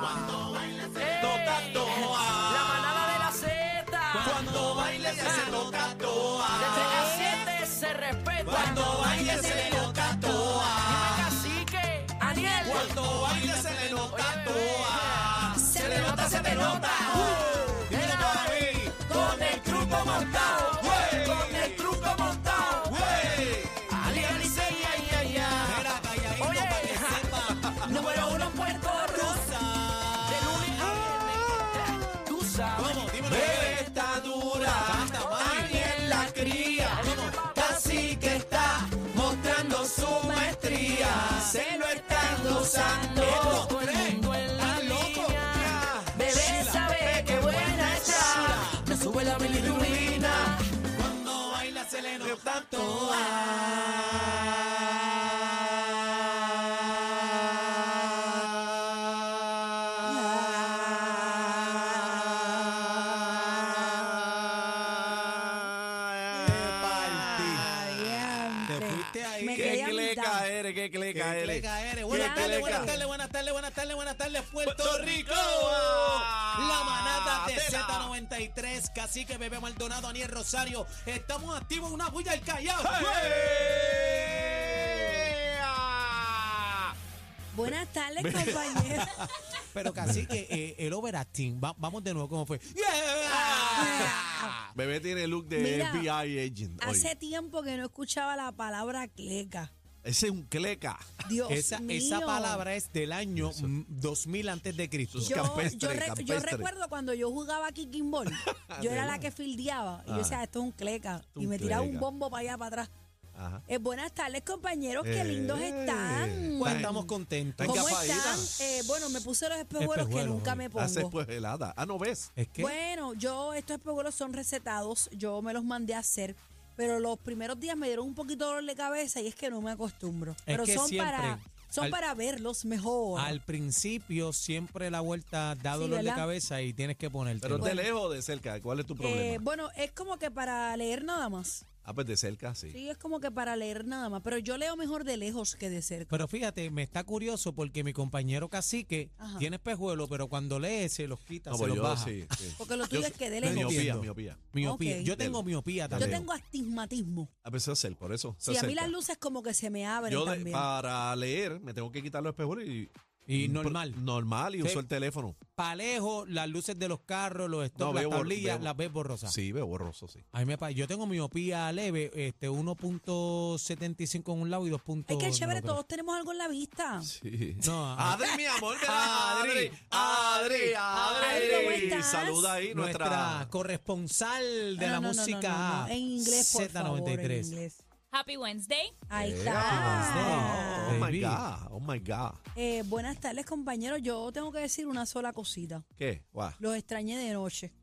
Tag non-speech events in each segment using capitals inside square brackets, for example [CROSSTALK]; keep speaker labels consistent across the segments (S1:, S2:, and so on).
S1: Cuando baila se
S2: ¡Ey!
S1: toca toa.
S2: La manada de la Z.
S1: Cuando baila se toca
S2: De 3
S1: toa.
S2: a 7 se respeta.
S1: Cuando baila se le
S2: Dime,
S1: toca toa.
S2: cacique. Aniel.
S1: Cuando baila se le nota toa. Se le nota, se te nota. Uh, dímelo
S2: Era.
S1: para mí. Con el truco montado. güey.
S2: Con el truco montado.
S1: Güey.
S2: Ali, ali, se, ya, ya, ya.
S1: Era calladito
S2: Oye.
S1: pa' que sepa.
S2: Número uno en Puerto Rico.
S1: Rosa.
S2: De lunes a viernes. Tú sabes.
S1: Vamos, dímelo. Bebé está dura, alguien la cría. Casi que está mostrando su maestría. Se lo están gozando.
S2: Todo el mundo en la
S1: Ah, loco.
S2: línea.
S1: Ya.
S2: Bebé
S1: Sheila,
S2: sabe
S1: ve
S2: que
S1: qué
S2: buena
S1: buena
S2: está. Me sube la bilirrubina.
S1: Cuando baila Ah. se le nota todo.
S3: Diantre.
S1: Te fuiste ahí.
S3: Este, Me
S1: Qué
S3: quedé a mitad.
S4: Cleca eres, qué
S1: Qué
S4: cleca eres.
S1: cleca eres.
S4: Qué
S1: Buenas tardes,
S4: cleca.
S1: buenas tardes, buenas tardes, buenas tardes, buenas tardes, Puerto
S4: Puerto
S1: Rico.
S4: Rico.
S1: La manada de
S4: Tela.
S1: Z93, Cacique Bebé Maldonado, Aniel Rosario. Estamos activos, una bulla al callao.
S4: ¡Ea!
S3: Buenas tardes,
S1: [LAUGHS]
S3: compañera.
S1: Pero Cacique, eh, el overacting, va- vamos de nuevo, ¿cómo fue?
S3: Ah.
S4: Bebé tiene look de
S3: Mira,
S4: FBI agent. hoy.
S3: Hace tiempo que no escuchaba la palabra cleca.
S4: Ese es un cleca.
S3: Dios
S1: Esa,
S3: mío.
S1: esa palabra es del año mm, 2000 antes de Cristo.
S4: Eso
S3: Yo,
S4: campestre,
S3: yo, rec- yo
S4: campestre.
S3: recuerdo cuando yo jugaba kicking ball, yo era la que fildeaba. Y yo decía, esto es un cleca.
S4: es
S3: y
S4: un
S3: me tiraba un
S4: cleca.
S3: bombo para allá, para atrás.
S4: Ajá.
S3: Eh, buenas tardes, compañeros. Qué lindos
S4: Eh.
S3: están.
S1: Pues estamos contentos.
S3: ¿Cómo
S4: Venga,
S3: están?
S4: paíta.
S3: Eh, bueno, me puse los espejuelos que
S1: Espejuelos,
S3: nunca
S1: oye.
S3: me
S4: Hace
S3: pongo.
S4: pues helada. Ah, no ves.
S1: Es que
S3: Bueno, yo estos espejuelos son recetados, yo me los mandé a hacer, pero los primeros días me dieron un poquito de dolor de cabeza y es que no me acostumbro. pero
S1: que
S3: son
S1: siempre,
S3: para son
S1: al-
S3: para verlos mejor. Eh,
S1: al principio siempre la vuelta da
S3: Sí,
S1: dolor de
S3: ¿verdad?
S1: cabeza y tienes que ponerte.
S4: Pero de lejos o de cerca. ¿Cuál es tu
S3: Eh,
S4: problema?
S3: bueno, es como que para leer nada más.
S4: ah, pues de cerca, sí.
S3: Sí, es como que para leer nada más, pero yo leo mejor de lejos que de cerca.
S1: Pero fíjate, me está curioso porque mi compañero cacique
S3: Ajá.
S1: tiene espejuelo, pero cuando lee se los quita,
S4: No,
S1: se
S4: pues
S1: los
S4: yo
S1: baja.
S4: sí. sí.
S3: Porque lo tuyo
S4: Yo-
S3: es que de
S1: no, yo-
S3: lejos.
S4: Miopía,
S1: entiendo.
S4: miopía.
S1: Miopía.
S3: Ok.
S1: Yo tengo miopía
S3: Yo
S1: también.
S3: tengo astigmatismo.
S4: A veces es cerca, por Ah, pues eso. se
S3: Y a mí
S4: acerca.
S3: las luces como que se me abren
S4: Yo de-
S3: también.
S4: para leer me tengo que quitar los espejuelos y...
S1: Y
S4: Mm,
S1: normal.
S4: por- Normal y
S1: Sí.
S4: uso el teléfono.
S1: Palejo, las luces de los carros, los stops,
S4: No,
S1: las
S4: veo bor-
S1: tablillas,
S4: veo-
S1: las ves borrosas.
S4: Sí, veo borroso, sí.
S1: A mí me pa- yo tengo miopía leve, este 1.75 en un lado y 2.
S3: es que es chévere,
S1: Oh, no, pero-
S3: todos tenemos algo en la vista.
S4: Sí.
S1: No, a-
S4: [LAUGHS] Adri, mi amor, ven acá, Adri, Adri,
S3: Adri, ¿cómo estás?
S4: Saluda ahí
S1: nuestra,
S4: nuestra.
S1: corresponsal de
S3: No,
S1: la
S3: no, no, no,
S1: música
S3: no, no. En inglés, por favor, en
S1: Z93.
S3: inglés.
S5: Happy Wednesday.
S3: Ahí
S4: Eh,
S3: está.
S4: Oh my
S1: Baby.
S4: God, oh my God.
S3: Eh, buenas tardes, compañeros. Yo tengo que decir una sola cosita.
S4: ¿Qué? Guau.
S3: Los extrañé de noche.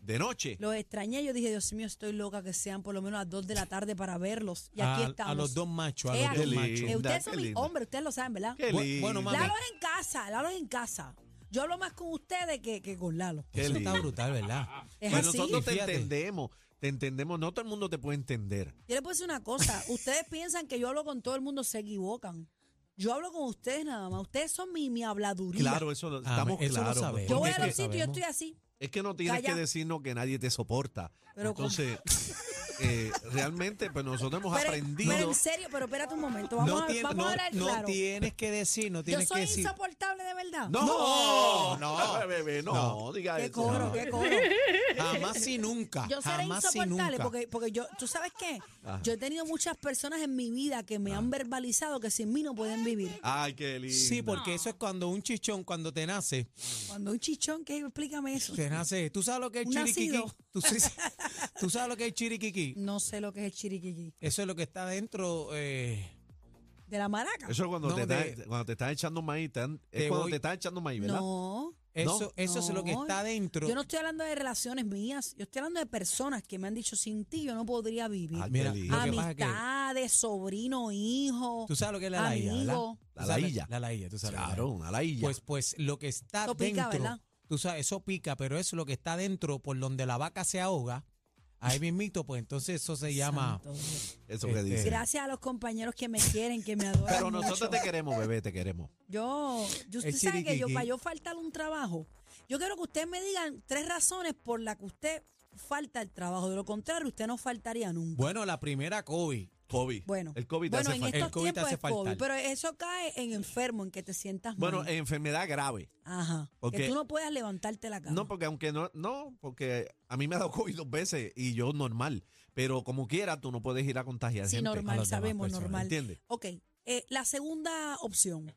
S4: De noche.
S3: Los extrañé. Yo dije, Dios mío, estoy loca que sean por lo menos a las 2 de la tarde para verlos. Y aquí
S1: Ah, a,
S3: estamos.
S1: a los dos machos, a
S3: Eh,
S1: los
S3: a
S1: dos
S3: los-
S1: machos.
S3: Eh, ustedes
S4: Linda,
S3: son
S4: qué
S3: mis
S4: linda.
S3: hombres, ustedes lo saben, ¿verdad?
S4: Qué
S1: Bu-
S4: lindo.
S1: bueno, mami.
S3: Lalo en casa, Lalo en casa. Yo hablo más con ustedes que, que con Lalo.
S4: Qué
S1: Eso está
S4: lindo.
S1: brutal, ¿verdad?
S3: Es
S4: Pues
S3: así.
S4: nosotros te
S1: Fíjate.
S4: entendemos, te entendemos. No todo el mundo te puede entender.
S3: Yo les puedo decir una
S1: [LAUGHS]
S3: cosa. ustedes piensan que yo hablo con todo el mundo, se equivocan. Yo hablo con ustedes nada más. Ustedes son mi, mi habladuría.
S4: Claro, eso lo-
S1: Ah,
S4: estamos
S1: eso lo
S4: claros.
S1: sabemos.
S3: yo voy
S4: porque
S3: a
S4: es
S3: los
S4: que-
S1: sí-
S3: sitios y yo
S1: sabemos.
S3: estoy así.
S4: Es que no tienes
S3: Calla.
S4: que decirnos que nadie te soporta.
S3: Pero ¿cómo? [LAUGHS]
S4: Entonces, eh, realmente, pues nosotros hemos
S3: Pero,
S4: aprendido.
S3: pero en serio, pero espérate un momento. Vamos,
S1: no,
S3: a,
S1: tien-
S3: vamos
S1: no-
S3: a hablar
S1: no
S3: claro.
S1: tienes que decir, no
S3: Yo
S1: tienes que
S3: soy
S1: decir.
S3: insoportable de verdad.
S4: No, no, [LAUGHS] bebé, no,
S1: No.
S4: diga
S3: Qué
S4: eso.
S3: cobro,
S4: no.
S3: qué cobro.
S1: Jamás y nunca.
S3: Yo seré
S1: jamás y
S3: insoportable
S1: nunca.
S3: porque, porque yo, ¿tú sabes qué? Yo he tenido muchas personas en mi vida que
S1: Ah.
S3: me han verbalizado que sin mí no pueden vivir.
S4: Ay, qué lindo.
S1: Sí, porque eso es cuando un chichón, cuando te nace,
S3: Cuando un chichón, ¿qué? Explícame eso.
S1: te nace. ¿Tú sabes lo que es
S3: Un
S1: chiriquiqui?
S3: nacido.
S1: ¿Tú, sí- tú sabes lo que es chiriquiqui?
S3: [LAUGHS] No sé lo que es el chiriquiqui.
S1: Eso es lo que está dentro. eh,
S3: ¿De la maraca?
S4: Eso es cuando,
S1: No,
S4: te,
S1: de-
S4: estás- cuando te estás echando maíz. te dan- es
S1: Te
S4: cuando
S1: voy-
S4: te estás echando maíz, ¿verdad?
S3: No.
S1: eso eso es lo que
S3: no.
S1: está dentro.
S3: Yo no estoy hablando de relaciones mías. Yo estoy hablando de personas que me han dicho, sin ti yo no podría vivir.
S4: Ay,
S1: Mira,
S4: Qué
S1: lo
S4: lindo.
S1: que pasa es que
S3: Amistades, sobrino, hijo.
S1: tú sabes lo que es la lailla, ¿verdad?
S3: Amigo.
S4: La
S1: Tú sabes-
S4: lailla.
S1: La lailla, tú sabes. la
S4: Claro,
S1: lailla.
S4: una lailla.
S1: Pues, pues lo que está
S3: Eso pica,
S1: dentro,
S3: ¿verdad?
S1: tú sabes, eso pica, pero eso es lo que está dentro por donde la vaca se ahoga. ahí mismito, pues entonces eso se llama.
S3: Santo Dios.
S4: Eso que
S1: Este,
S4: dice.
S3: Gracias a los compañeros que me quieren,
S1: [LAUGHS]
S3: que me adoran.
S4: Pero
S3: mucho.
S4: nosotros te queremos, bebé, te queremos.
S3: Yo, yo usted
S1: El
S3: sabe que yo,
S1: chiriquiqui.
S3: para yo faltar un trabajo, yo quiero que ustedes me digan tres razones por las que usted falta el trabajo. De lo contrario, usted no faltaría nunca.
S1: Bueno, la primera, COVID.
S4: COVID.
S3: Bueno,
S4: El COVID te
S3: bueno,
S4: hace
S3: en
S4: falta.
S3: estos
S1: El COVID te
S3: tiempos
S1: hace
S3: es COVID,
S1: faltar.
S3: pero eso cae en enfermo, en que te sientas mal.
S4: Bueno, enfermedad grave.
S3: Ajá.
S4: porque-
S3: Que tú no puedas levantarte la cama.
S4: No, porque aunque no, no, porque a mí me ha dado COVID dos veces y yo normal. Pero como quiera, tú no puedes ir a contagiar
S3: sí,
S4: gente.
S1: a
S3: normal,
S1: las demás pues,
S3: sabemos,
S1: personas,
S3: normal.
S4: ¿Entiendes?
S3: Ok, eh, la segunda opción.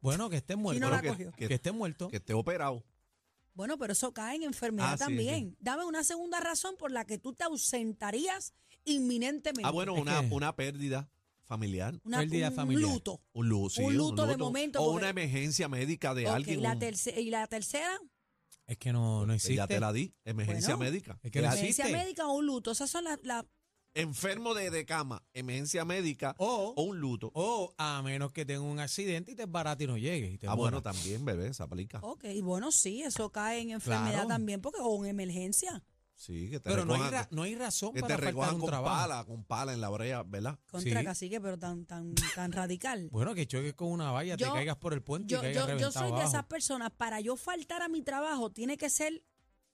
S1: Bueno, que esté muerto.
S3: no la
S4: Pero
S3: cogió.
S1: que, que esté muerto.
S4: Que esté operado.
S3: Bueno, pero eso cae en enfermedad
S4: Ah, sí,
S3: también. Dame una segunda razón por la que tú te ausentarías inminentemente.
S4: Ah, bueno,
S1: Es
S4: una,
S1: que-
S4: una pérdida familiar.
S3: Una-
S1: pérdida
S3: un
S1: familiar.
S3: luto.
S4: Un luto, sí,
S3: Un luto de momento,
S4: O
S3: porque-
S4: una emergencia médica de
S3: Ok,
S4: alguien.
S3: la
S4: un-
S3: terce- ¿Y la tercera?
S1: Es que no, no existe.
S4: Ya te la di. Emergencia
S3: Bueno.
S4: médica.
S1: Es que no
S4: Ya-
S1: existe.
S3: Emergencia médica o un luto. Esas son las. las-
S4: Enfermo de, de cama. Emergencia médica.
S1: O,
S4: O un luto.
S1: o a menos que tenga un accidente y te barata y no llegue. Y te
S4: ah, bueno,
S1: mueras.
S4: también, bebé, se aplica.
S1: Oh,
S3: ok, bueno, sí, eso cae en enfermedad
S1: Claro.
S3: también, porque o en emergencia.
S4: Sí, que te
S1: Pero no hay,
S4: recojan-
S1: ra- no hay razón
S4: que
S1: para
S4: te
S1: faltar
S4: recojan
S1: un
S4: con
S1: trabajo.
S4: pala, con pala en la brea, ¿verdad?
S3: Contra
S1: Sí.
S3: cacique, pero tan, tan, tan radical.
S1: Bueno, que choques con una valla,
S3: Yo-
S1: te caigas por el puente y
S3: Yo,
S1: caigas
S3: yo, yo
S1: reventado
S3: soy de
S1: abajo.
S3: esas personas. Para yo faltar a mi trabajo, tiene que ser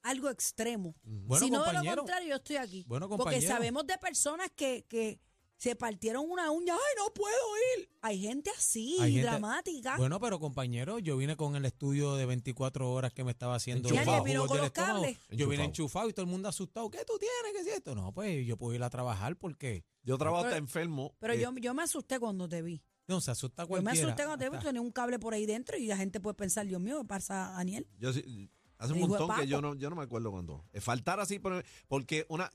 S3: algo extremo.
S1: Bueno,
S3: si no, de lo
S1: compañero.
S3: contrario, yo estoy aquí.
S1: Bueno,
S3: Porque
S1: compañero.
S3: sabemos de personas que, que se partieron una uña. ¡Ay, no puedo ir! Hay gente así,
S1: Hay gente-
S3: dramática.
S1: Bueno, pero compañero, yo vine con el estudio de 24 horas que me estaba haciendo
S4: Ya, ya
S1: jugos
S3: vino
S1: del
S3: con los
S1: estómago.
S3: cables.
S1: Yo vine
S4: Enchufado.
S1: enchufado y todo el mundo asustado. ¿Qué tú tienes? ¿Qué es esto? No, pues yo puedo ir a trabajar porque
S4: Yo trabajo
S3: Pero-
S4: hasta enfermo.
S3: pero
S4: eh,
S3: yo, yo me asusté cuando te vi.
S1: no se asusta
S3: Yo me
S1: cualquiera.
S3: asusté cuando te vi,
S1: Hasta-
S3: tenía un cable por ahí dentro y la gente puede pensar, Dios mío, ¿qué pasa, Daniel?
S4: yo sí- hace un
S3: Hijo de
S4: montón
S3: papo.
S4: que yo no, yo no me acuerdo cuando. eh, Faltar así, pero- porque una.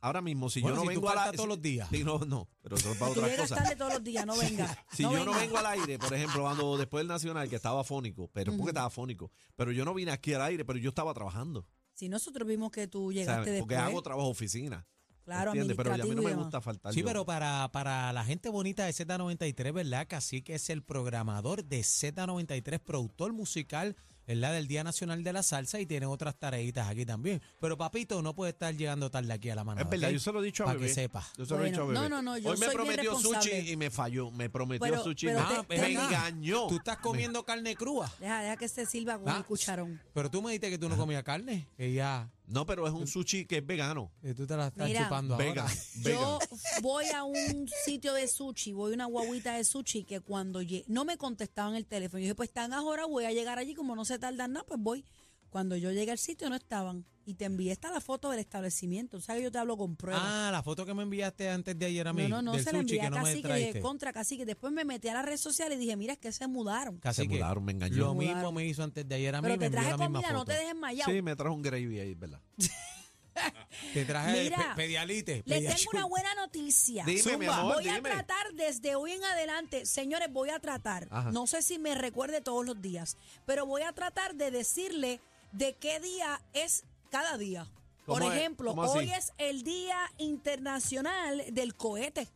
S4: Ahora mismo, si
S1: Bueno,
S4: yo no
S1: si tú
S4: vengo a la.
S1: faltas todos los días.
S4: Sí, no, no. Pero eso es para
S3: Que tú
S4: otras
S3: llegas
S4: cosas.
S3: tarde todos los
S1: [LAUGHS]
S3: días, no vengas.
S4: [LAUGHS] Si
S3: no
S4: yo no
S3: vengas.
S4: vengo al aire, por ejemplo, cuando después del Nacional, que estaba fónico, pero porque estaba fónico, pero yo no vine aquí al aire, pero yo estaba trabajando.
S3: Si nosotros vimos que tú
S4: ¿sabes?
S3: llegaste
S4: Porque
S3: después,
S4: hago trabajo oficina.
S3: claro,
S4: ¿entiendes? Pero ya a mí no
S3: administrativo
S4: me
S3: y demás.
S4: gusta faltar.
S1: Sí,
S4: yo.
S1: pero para, para la gente bonita de Z93, ¿verdad? Cacique es el programador de Z93, productor musical, ¿verdad? Del Día Nacional de la Salsa y tiene otras tareitas aquí también. Pero papito no puede estar llegando tarde aquí a la mano.
S4: Es verdad, yo se lo he dicho a
S1: Para
S4: bebé.
S1: que sepa.
S4: Yo se lo he
S3: Bueno,
S4: dicho a bebé.
S3: no, no, no, yo
S4: Hoy
S3: soy
S4: me
S3: bien
S4: prometió
S3: responsable.
S4: sushi y me falló. Me prometió
S3: Pero-
S4: sushi.
S3: pero
S4: me-
S3: te- te-
S4: me
S3: te-
S4: engañó.
S1: Ah, Tú estás comiendo carne crúa.
S3: Deja, deja que se sirva con
S1: Ah,
S3: el cucharón.
S1: Pero tú me dijiste que tú no comías carne, que ya
S4: No, pero es un sushi que es vegano.
S1: eh, tú te la estás
S3: Mira.
S1: chupando
S4: Vegan.
S1: ahora.
S4: vegan.
S3: [LAUGHS] Yo voy a un sitio de sushi, voy a una guaguita de sushi que cuando lle- no me contestaban el teléfono. Yo dije, pues están ahora, voy a llegar allí, como no se tardan nada, pues voy. Cuando yo llegué al sitio no estaban. Y te envié esta la foto del establecimiento. O sea que yo te hablo con pruebas.
S1: Ah, la foto que me enviaste antes de ayer a mí.
S3: no, no, no,
S1: del
S3: se la
S1: sushi
S3: envié
S1: que
S3: a
S1: no me
S3: Cacique, le dije,
S1: traiste.
S3: contra Cacique. Después me metí a las redes sociales y dije, mira, es que se mudaron.
S1: Casi
S4: Se
S1: que
S4: mudaron, me engañó.
S1: Lo
S3: Se
S1: mismo
S3: mudaron.
S1: me hizo antes de ayer a mí.
S3: Pero
S1: me
S3: te
S1: envió
S3: traje
S1: la misma
S3: comida, no
S1: foto.
S3: te dejes mayado.
S4: Sí, me trajo un gravy ahí, ¿verdad? [LAUGHS]
S1: Te traje
S3: Mira,
S1: pe- pedialite.
S3: Les tengo
S1: pediachul. [LAUGHS]
S3: una buena noticia.
S4: Dime, mi amor,
S3: voy a
S4: dime.
S3: tratar desde hoy en adelante, señores, voy a tratar.
S4: Ajá.
S3: No sé si me recuerde todos los días, pero voy a tratar de decirle de qué día es cada día. Por
S4: ¿Cómo es?
S3: ejemplo,
S4: ¿Cómo así?
S3: hoy es el Día Internacional del Cohete.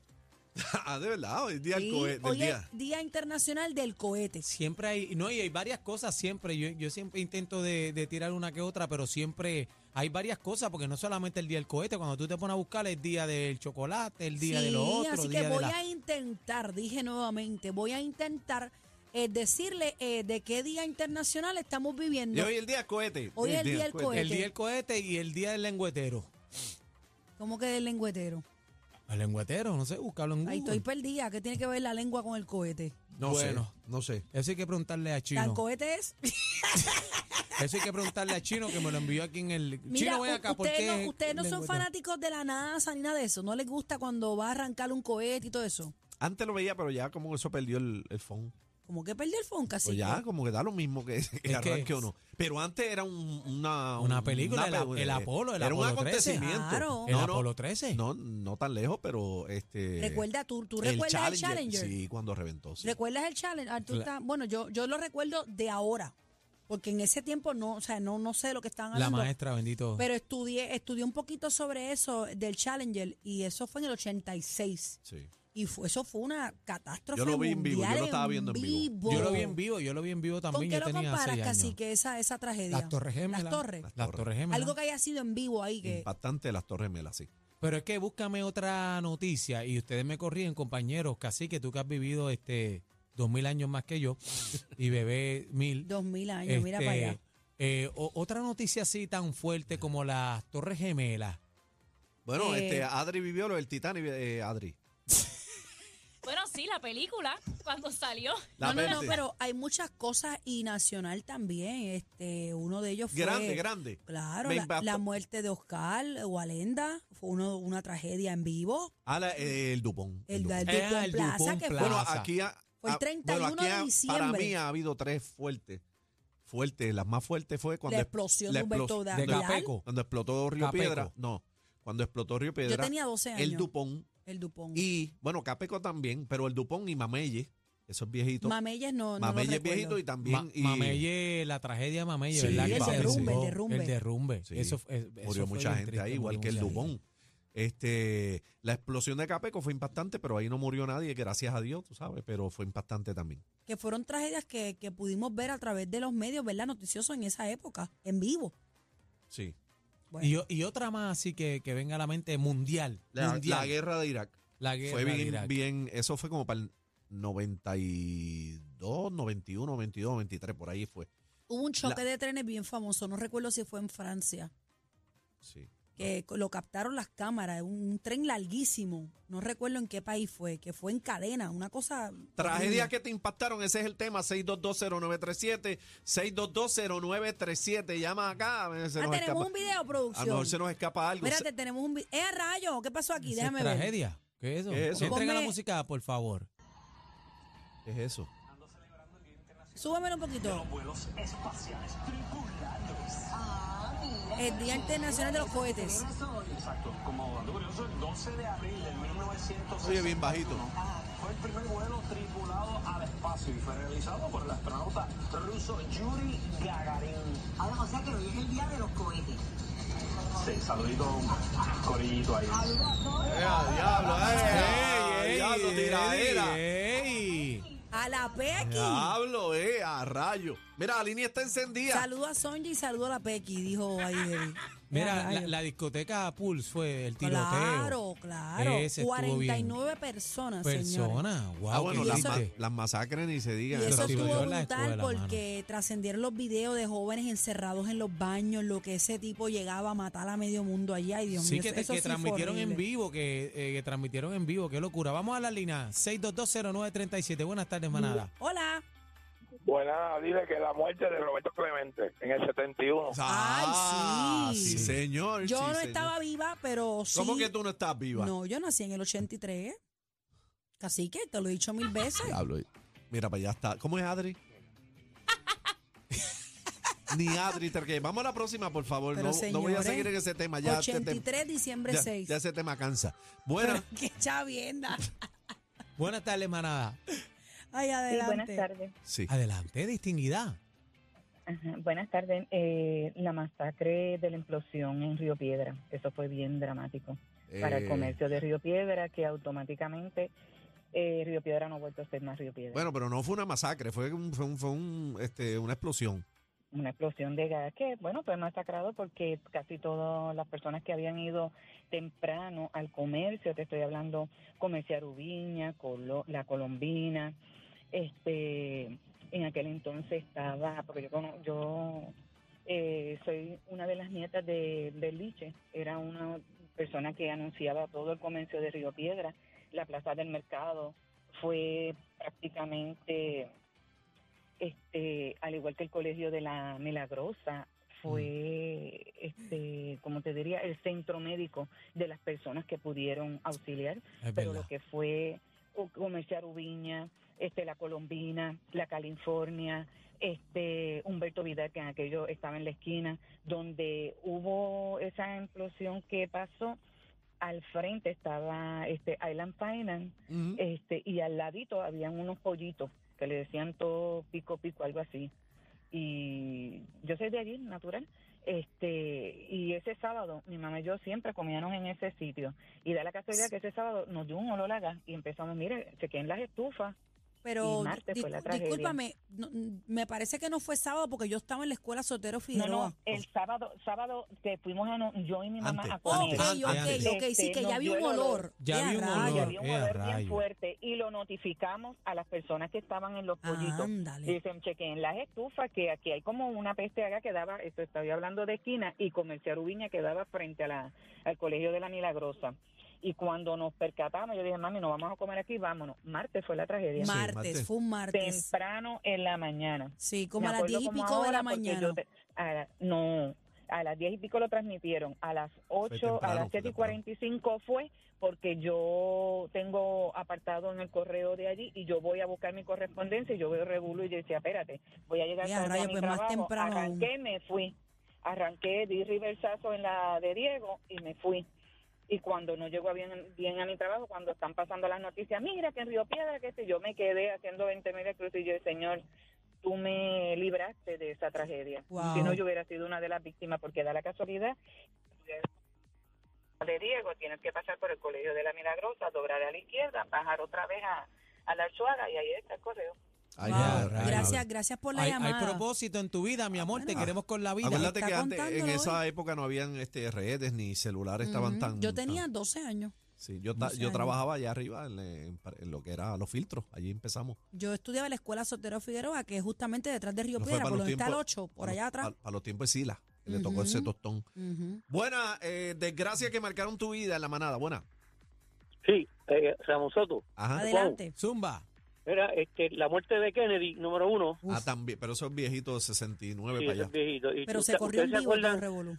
S4: ah, de verdad, hoy es día del
S3: Sí,
S4: cohe- del
S3: hoy
S4: día.
S3: es Día Internacional del Cohete.
S1: Siempre hay, no, y hay varias cosas siempre. Yo, yo siempre intento de, de tirar una que otra, pero siempre hay varias cosas, porque no solamente el día del cohete, cuando tú te pones a buscar el día del chocolate, el día de lo
S3: Sí,
S1: otro,
S3: Así
S1: día
S3: que
S1: de
S3: voy
S1: la-
S3: a intentar, dije nuevamente, voy a intentar eh, decirle eh, de qué día internacional estamos viviendo.
S4: Y hoy el día del cohete.
S3: Hoy es el día del
S1: el
S3: cohete.
S1: día del cohete y el día del lengüetero.
S3: ¿Cómo que el lengüetero?
S1: El lengüetero, no sé, búscalo en Google.
S3: Ahí estoy perdida. ¿Qué tiene que ver la lengua con el cohete?
S4: No
S1: Bueno.
S4: sé, no sé.
S1: Eso hay que preguntarle a
S3: Tal
S1: Chino.
S3: cohete es.
S1: Eso hay que preguntarle a Chino que me lo envió aquí en el.
S3: [LAUGHS] Mira,
S1: Chino, ven
S3: u-
S1: acá, ¿por
S3: ustedes
S1: qué
S3: no, ustedes no son
S1: lengüetero?
S3: fanáticos de la NASA ni nada de eso. No les gusta cuando va a arrancar un cohete y todo eso.
S4: Antes lo veía, pero ya como eso perdió el, el fondo.
S3: Como que perdió el phone casi.
S4: Pues ya, como que da lo mismo que, [LAUGHS] que
S1: que-
S4: arranque o no. Pero antes era un- una,
S1: Una
S4: un-
S1: película, el-
S4: pe-
S1: el Apolo, el
S4: era un
S1: Apolo 13.
S4: acontecimiento.
S3: Claro.
S1: El
S4: No, no,
S1: Apolo 13.
S4: No, no tan lejos, pero este.
S3: Recuerda, tú, tú
S4: el
S3: recuerdas el Challenger.
S4: Sí, cuando reventó. sí.
S3: ¿Recuerdas el Challenger? Arturo
S1: Cla-
S3: está- bueno, yo, yo lo recuerdo de ahora. Porque en ese tiempo no, o sea, no, no sé de lo que estaban
S1: La
S3: hablando.
S1: maestra, bendito.
S3: Pero estudié, estudié un poquito sobre eso del Challenger y eso fue en el 86.
S4: Sí.
S3: Y fue, eso fue una catástrofe.
S4: Yo lo vi en vivo, yo
S3: mundial
S4: lo estaba viendo en vivo.
S1: Yo lo vi en vivo, yo lo vi en vivo
S3: ¿Con
S1: también.
S3: qué
S1: yo
S3: lo
S1: tenía
S3: comparas,
S1: seis
S3: casi
S1: años.
S3: que esa, esa tragedia?
S1: Las Torres Gemelas.
S3: Las Torres.
S1: Las Torres Gemelas.
S3: Algo que haya sido en vivo ahí que.
S4: Impactante las Torres Melas, sí.
S1: Pero es que búscame otra noticia y ustedes me corrían, compañeros, casi que tú que has vivido este dos mil años más que yo y bebé mil.
S3: Dos mil años, mira
S1: Este,
S3: para allá.
S1: eh, o- otra noticia así tan fuerte como las Torres Gemelas.
S4: Bueno,
S3: Eh.
S4: este Adri vivió lo del Titanic, eh, Adri.
S5: Bueno, sí, la película, cuando salió.
S4: La
S3: no, no, no,
S4: verde.
S3: pero hay muchas cosas y nacional también. Este, uno de ellos fue.
S4: Grande, grande.
S3: Claro,
S4: Me
S3: la,
S4: impactó.
S3: la muerte de Oscar Walenda fue uno, una tragedia en vivo.
S4: Ah, la- eh, el Dupont.
S3: El,
S4: Dupont.
S3: del
S1: Ah,
S3: Dupont
S1: el
S3: Plaza,
S1: Dupont
S3: que fue.
S4: Bueno,
S1: Plaza.
S4: aquí ha-
S3: Fue el
S4: ah,
S3: 31
S4: bueno, aquí
S3: de
S4: ha- Para
S3: diciembre.
S4: mí ha habido tres fuertes, fuertes. Las más fuertes fue cuando
S3: la
S4: es-
S3: explosión
S4: la
S3: de Humberto
S4: explos-
S3: Bla-
S1: de
S3: Blal.
S1: Capeco.
S4: cuando explotó Río
S1: Capeco.
S4: Piedra. No, cuando explotó Río Piedra.
S3: Yo tenía 12 años.
S4: el Dupont
S3: El Dupont.
S4: y bueno, Capeco también, pero el Dupont y Mamelle, esos viejitos.
S3: Mameyes no. no lo
S4: Mamelle es
S3: recuerdo.
S4: viejito y también
S1: Ma-
S4: y
S1: Mameye, la tragedia de Mameye,
S4: Sí,
S1: ¿verdad?
S4: el
S1: Que se
S4: derrumbe,
S1: derrumbó,
S3: el derrumbe.
S1: El derrumbe.
S4: Sí,
S1: Eso, fue- eso
S4: murió
S1: fue
S4: mucha
S1: bien
S4: gente
S1: triste,
S4: ahí,
S1: murió
S4: igual que el
S1: mucha
S4: Dupont.
S1: gente.
S4: Este, la explosión de Capeco fue impactante, pero ahí no murió nadie, gracias a Dios, tú sabes, pero fue impactante también.
S3: Que fueron tragedias que, que pudimos ver a través de los medios, ¿verdad? Noticiosos en esa época, en vivo.
S4: Sí.
S3: Bueno,
S1: Y, o- y otra más así que, que venga a la mente mundial.
S4: La,
S1: mundial.
S4: la guerra de Irak.
S1: La guerra
S4: fue
S1: de
S4: bien,
S1: Irak.
S4: bien, eso fue como para el 92, 91, 92, 93, por ahí fue.
S3: hubo un choque de trenes bien famoso, no recuerdo si fue en Francia.
S4: Sí.
S3: que co- lo captaron las cámaras, un, un tren larguísimo, no recuerdo en qué país fue, que fue en cadena, una cosa...
S4: Tragedias
S3: horrible.
S4: que te impactaron, ese es el tema, 6220937, 6220937, llama acá, se
S3: Ah,
S4: nos escapa.
S3: tenemos un video,
S4: A lo mejor se
S3: producción.
S4: nos escapa algo.
S3: Espérate, tenemos un video. ¡Eh, rayo! ¿Qué pasó aquí?
S1: Esa
S3: Déjame
S1: es
S3: ver.
S1: tragedia. ¿Qué es eso?
S4: ¿Qué es eso?
S1: Entrega la
S3: Ponme-
S1: música, por favor.
S4: ¿Qué es eso?
S3: Súbamelo un poquito. El Día Internacional de los Cohetes.
S4: Oye, bien bajito.
S6: Fue el primer vuelo tripulado al espacio y fue realizado por el astronauta ruso Yuri Gagarin.
S7: Ahora, o sea que hoy es el día de los cohetes.
S6: Sí, saludito, corillito ahí.
S4: diablo, eh! ¡Diablo, tiradera!
S1: ey.
S3: ¡A la Pequi!
S4: ¡Diablo, eh! ¡A rayo! Mira, la línea está encendida.
S3: Saludo a Sonja y saludo a la Pequi, dijo ahí. Debbie.
S1: Mira,
S3: ¡A
S1: la,
S3: rayos!
S1: la discoteca Pulse fue el tiroteo.
S3: Claro, claro.
S1: Ese estuvo bien.
S3: 49 personas, señores.
S1: Persona, wow.
S4: ah, bueno,
S1: qué
S4: las,
S3: eso-
S4: ma-
S1: triste.
S4: las masacres ni se
S3: Y
S4: digan.
S1: Los
S3: eso
S1: tiroteos
S3: estuvo
S1: en la
S3: brutal
S1: escuela, mano.
S3: porque trascendieron los videos de jóvenes encerrados en los baños, lo que ese tipo llegaba a matar a medio mundo allá. Y Dios
S1: Sí,
S3: mío,
S1: que,
S3: eso-
S1: te-
S3: eso
S1: que
S3: sí fue
S1: transmitieron en
S3: horrible.
S1: vivo, que, eh, que transmitieron en vivo, qué locura. Vamos a la línea 6220937. Buenas tardes, manada.
S3: Hola.
S8: Buena, dile que la muerte de Roberto Clemente en el 71.
S4: Ah,
S3: Ay, sí.
S4: sí, señor.
S3: Yo
S4: sí,
S3: no
S4: señor.
S3: estaba viva, pero sí.
S4: ¿Cómo que tú no estás viva?
S3: No, yo nací en el 83. Así que te lo he dicho mil veces.
S4: Diablo. Mira, para allá está. ¿Cómo es Adri? Ni Adri, porque vamos a la próxima, por favor.
S3: Pero,
S4: no, no voy a
S3: señores,
S4: seguir en ese tema. Ya este tema-
S3: 83, diciembre
S4: ya-
S3: 6.
S4: ya ese tema cansa. Bueno,
S3: [LAUGHS] Qué chavienda.
S1: Buenas tardes, manada.
S3: Ay,
S9: Sí,
S3: adelante.
S9: buenas tardes.
S4: sí.
S1: Adelante, distinguida.
S9: Ajá, Buenas tardes. Eh, la masacre de la implosión en Río Piedra, eso fue bien dramático para el
S4: Eh,
S9: comercio de Río Piedra, que automáticamente eh, Río Piedra no ha vuelto a ser más Río Piedra.
S4: Bueno, pero no fue una masacre, fue, un- fue, un- fue un, este, una explosión.
S9: Una explosión de gas que, bueno, pues fue masacrado porque casi todas las personas que habían ido temprano al comercio, te estoy hablando comerciar Ubiña, Colo- la Colombina, este, en aquel entonces estaba, porque yo, cono- yo eh, soy una de las nietas de Berliche, era una persona que anunciaba todo el comercio de Río Piedra, la plaza del mercado fue prácticamente, este, al igual que el colegio de la Milagrosa, fue,
S1: Mm.
S9: este, como te diría, el centro médico de las personas que pudieron auxiliar
S1: Es
S9: pero
S1: verdad.
S9: lo que fue o- Comercial Ubiña, este, la Colombina, la California, este, Humberto Vidal, que en aquello estaba en la esquina, donde hubo esa implosión que pasó, al frente estaba este Island Finance,
S4: Ujú.
S9: este, y al ladito habían unos pollitos que le decían todo pico pico, algo así. Y yo soy de allí, natural, Este, y ese sábado, mi mamá y yo siempre comíamos en ese sitio. Y da la casualidad que ese sábado nos dio un olor a gas y empezamos, mire, se quedan las estufas.
S3: Pero
S9: Y martes fue la
S3: discu-
S9: tragedia.
S3: discúlpame, no- me parece que no fue sábado porque yo estaba en la escuela Sotero
S9: No,
S3: Figueroa.
S9: no, el sábado, sábado que fuimos a no- yo y mi mamá
S4: Antes.
S9: a
S3: Ok,
S9: comer.
S3: ok,
S4: Antes,
S3: ok, sí,
S9: Este,
S3: que
S9: nos
S3: ya vi
S9: dio
S3: un
S9: el olor.
S3: olor.
S1: Ya
S3: ¡Eh,
S1: vi un
S3: rayos!
S1: olor.
S9: había un
S1: Eh, a
S9: olor bien
S1: rayo.
S9: fuerte y lo notificamos a las personas que estaban en los
S3: Ah,
S9: pollitos.
S3: Ándale.
S9: Dicen, chequen las estufas, que aquí hay como una peste acá que daba, esto estoy hablando de esquina, y Comercial Ubiña que daba frente a la, al Colegio de la Milagrosa. Y cuando nos percatamos, yo dije, mami, no vamos a comer aquí, vámonos. Martes fue la tragedia.
S4: Ma-
S3: martes,
S4: martes.
S3: fue un martes.
S9: Temprano en la mañana.
S3: Sí, como
S9: Me
S3: a las
S9: acuerdo
S3: diez y
S9: como
S3: pico de
S9: ahora
S3: la
S9: porque yo
S3: mañana.
S9: te- a la- no, a las 10 y pico lo transmitieron. A las 8,
S4: temprano,
S9: a las
S4: fue
S9: 7 y 45 fue porque yo tengo apartado en el correo de allí y yo voy a buscar mi correspondencia y yo veo Regulo y yo decía, espérate, voy a llegar
S3: Ya,
S9: tarde
S3: rayo,
S9: a mi
S3: pues, más
S9: trabajo.
S3: temprano aún.
S9: Arranqué, me fui. Arranqué, di reversazo en la de Diego y me fui. Y cuando no llego a bien, bien a mi trabajo, cuando están pasando las noticias, mira que en Río Piedra, que si yo me quedé haciendo 20 mil cruces y yo, Señor, tú me libraste de esa tragedia.
S3: Wow.
S9: Si no, yo hubiera sido una de las víctimas, porque da la casualidad de Diego, tienes que pasar por el Colegio de la Milagrosa, doblar a la izquierda, bajar otra vez a, a la Arzuaga y ahí está el correo.
S4: Ay,
S3: Wow,
S4: ya, rayos.
S3: Gracias, gracias por la
S1: Hay, hay
S3: llamada.
S1: propósito en tu vida, mi amor,
S3: Ah,
S1: te
S3: bueno.
S1: queremos con la vida.
S4: Acuérdate
S3: Está
S4: que antes, en
S3: contándolo
S4: esa época no habían este, redes ni celulares estaban
S3: Ujú.
S4: tan.
S3: Yo
S4: tan-
S3: tenía 12 años.
S4: sí, yo, ta-
S3: 11
S4: yo
S3: años.
S4: trabajaba allá arriba en, eh, en par- en lo que era los filtros. Allí empezamos.
S3: Yo estudiaba en la escuela Sotero Figueroa, que es justamente detrás de Río
S4: Eso fue
S3: Piedra,
S4: para
S3: por
S4: los
S3: donde está el
S4: tiempos-
S3: 8, por
S4: Para-
S3: allá atrás.
S4: Para, para los tiempos de Sila. que Le tocó ese
S3: Ujú.
S4: tostón.
S3: Ujú.
S4: Buena, eh, desgracia que marcaron tu vida en la manada. Buena.
S10: Sí, eh, Ramón Soto.
S4: Ajá.
S3: Adelante.
S1: Zumba.
S10: Mira, este, la muerte de Kennedy, número uno.
S4: Ah, también, pero eso es viejito de 69
S10: Sí,
S4: para
S10: ese
S4: allá.
S10: es viejito. Y
S3: Pero
S10: tú-
S3: se corrió en
S10: ¿ustedes se
S3: vivo todo el
S10: acuerdan?
S3: revolú.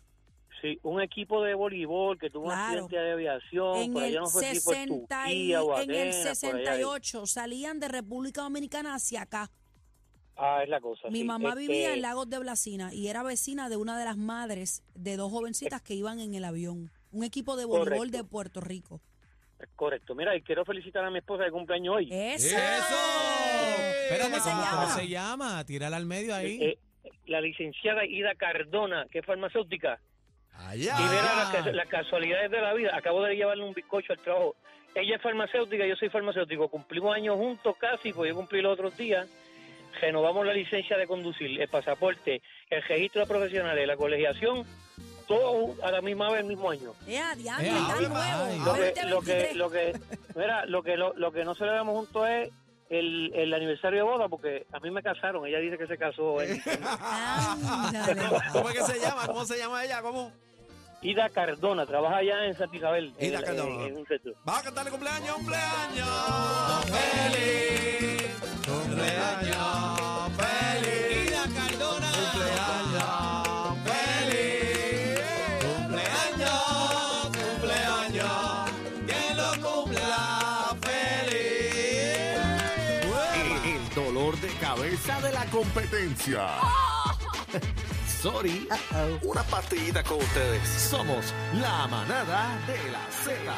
S10: Sí, un equipo de voleibol que tuvo
S3: Claro.
S10: un accidente de aviación.
S3: En
S10: por allá
S3: el,
S10: no fue tipo
S3: 60 y-
S10: Turquía o
S3: en el
S10: Atenas, por allá.
S3: 68 salían de República Dominicana hacia acá.
S10: Ah, es la cosa.
S3: Mi
S10: sí.
S3: mamá
S10: Este,
S3: vivía en Lagos de Blasina y era vecina de una de las madres de dos jovencitas que iban en el avión. Un equipo de voleibol
S10: Correcto.
S3: de Puerto Rico.
S10: Correcto. Mira, y quiero felicitar a mi esposa de cumpleaños hoy.
S3: ¡Eso!
S1: Espérate,
S3: ¡Eh! ¿Cómo se
S1: ¿cómo- cómo
S3: llama?
S1: se llama? Tírala al medio ahí.
S10: Eh, eh, la licenciada Ida Cardona, que es farmacéutica.
S4: Allá.
S10: Y verá
S1: Ah.
S10: las, cas- las casualidades de la vida. Acabo de llevarle un bizcocho al trabajo. Ella es farmacéutica, yo soy farmacéutico. Cumplimos años juntos casi, pues yo cumplí los otros días. Renovamos la licencia de conducir, el pasaporte, el registro de profesionales, la colegiación, todo a la misma vez, el mismo año.
S3: ¡Eh, adiante,
S1: Eh,
S3: está
S1: hable
S3: nuevo!
S1: más.
S10: Lo que, lo
S3: 2023.
S10: que, lo que, mira, lo que, lo, lo que no celebramos juntos es el, el aniversario de boda, porque a mí me casaron. Ella dice que se casó. en-
S3: Ándale.
S10: [LAUGHS]
S4: ¿Cómo es que se llama? ¿Cómo se llama ella? ¿Cómo?
S10: Ida Cardona, trabaja allá en Santa Isabel. en
S4: Ida
S10: la-
S4: Cardona.
S10: en un centro.
S4: Vamos a cantarle cumpleaños, cumpleaños feliz. Cumpleaños feliz. Cumpleaños feliz. Cumpleaños, cumpleaños. Que lo cumpla feliz.
S11: El dolor de cabeza de la competencia. Sorry. Una partidita con ustedes. Somos la manada de la Z.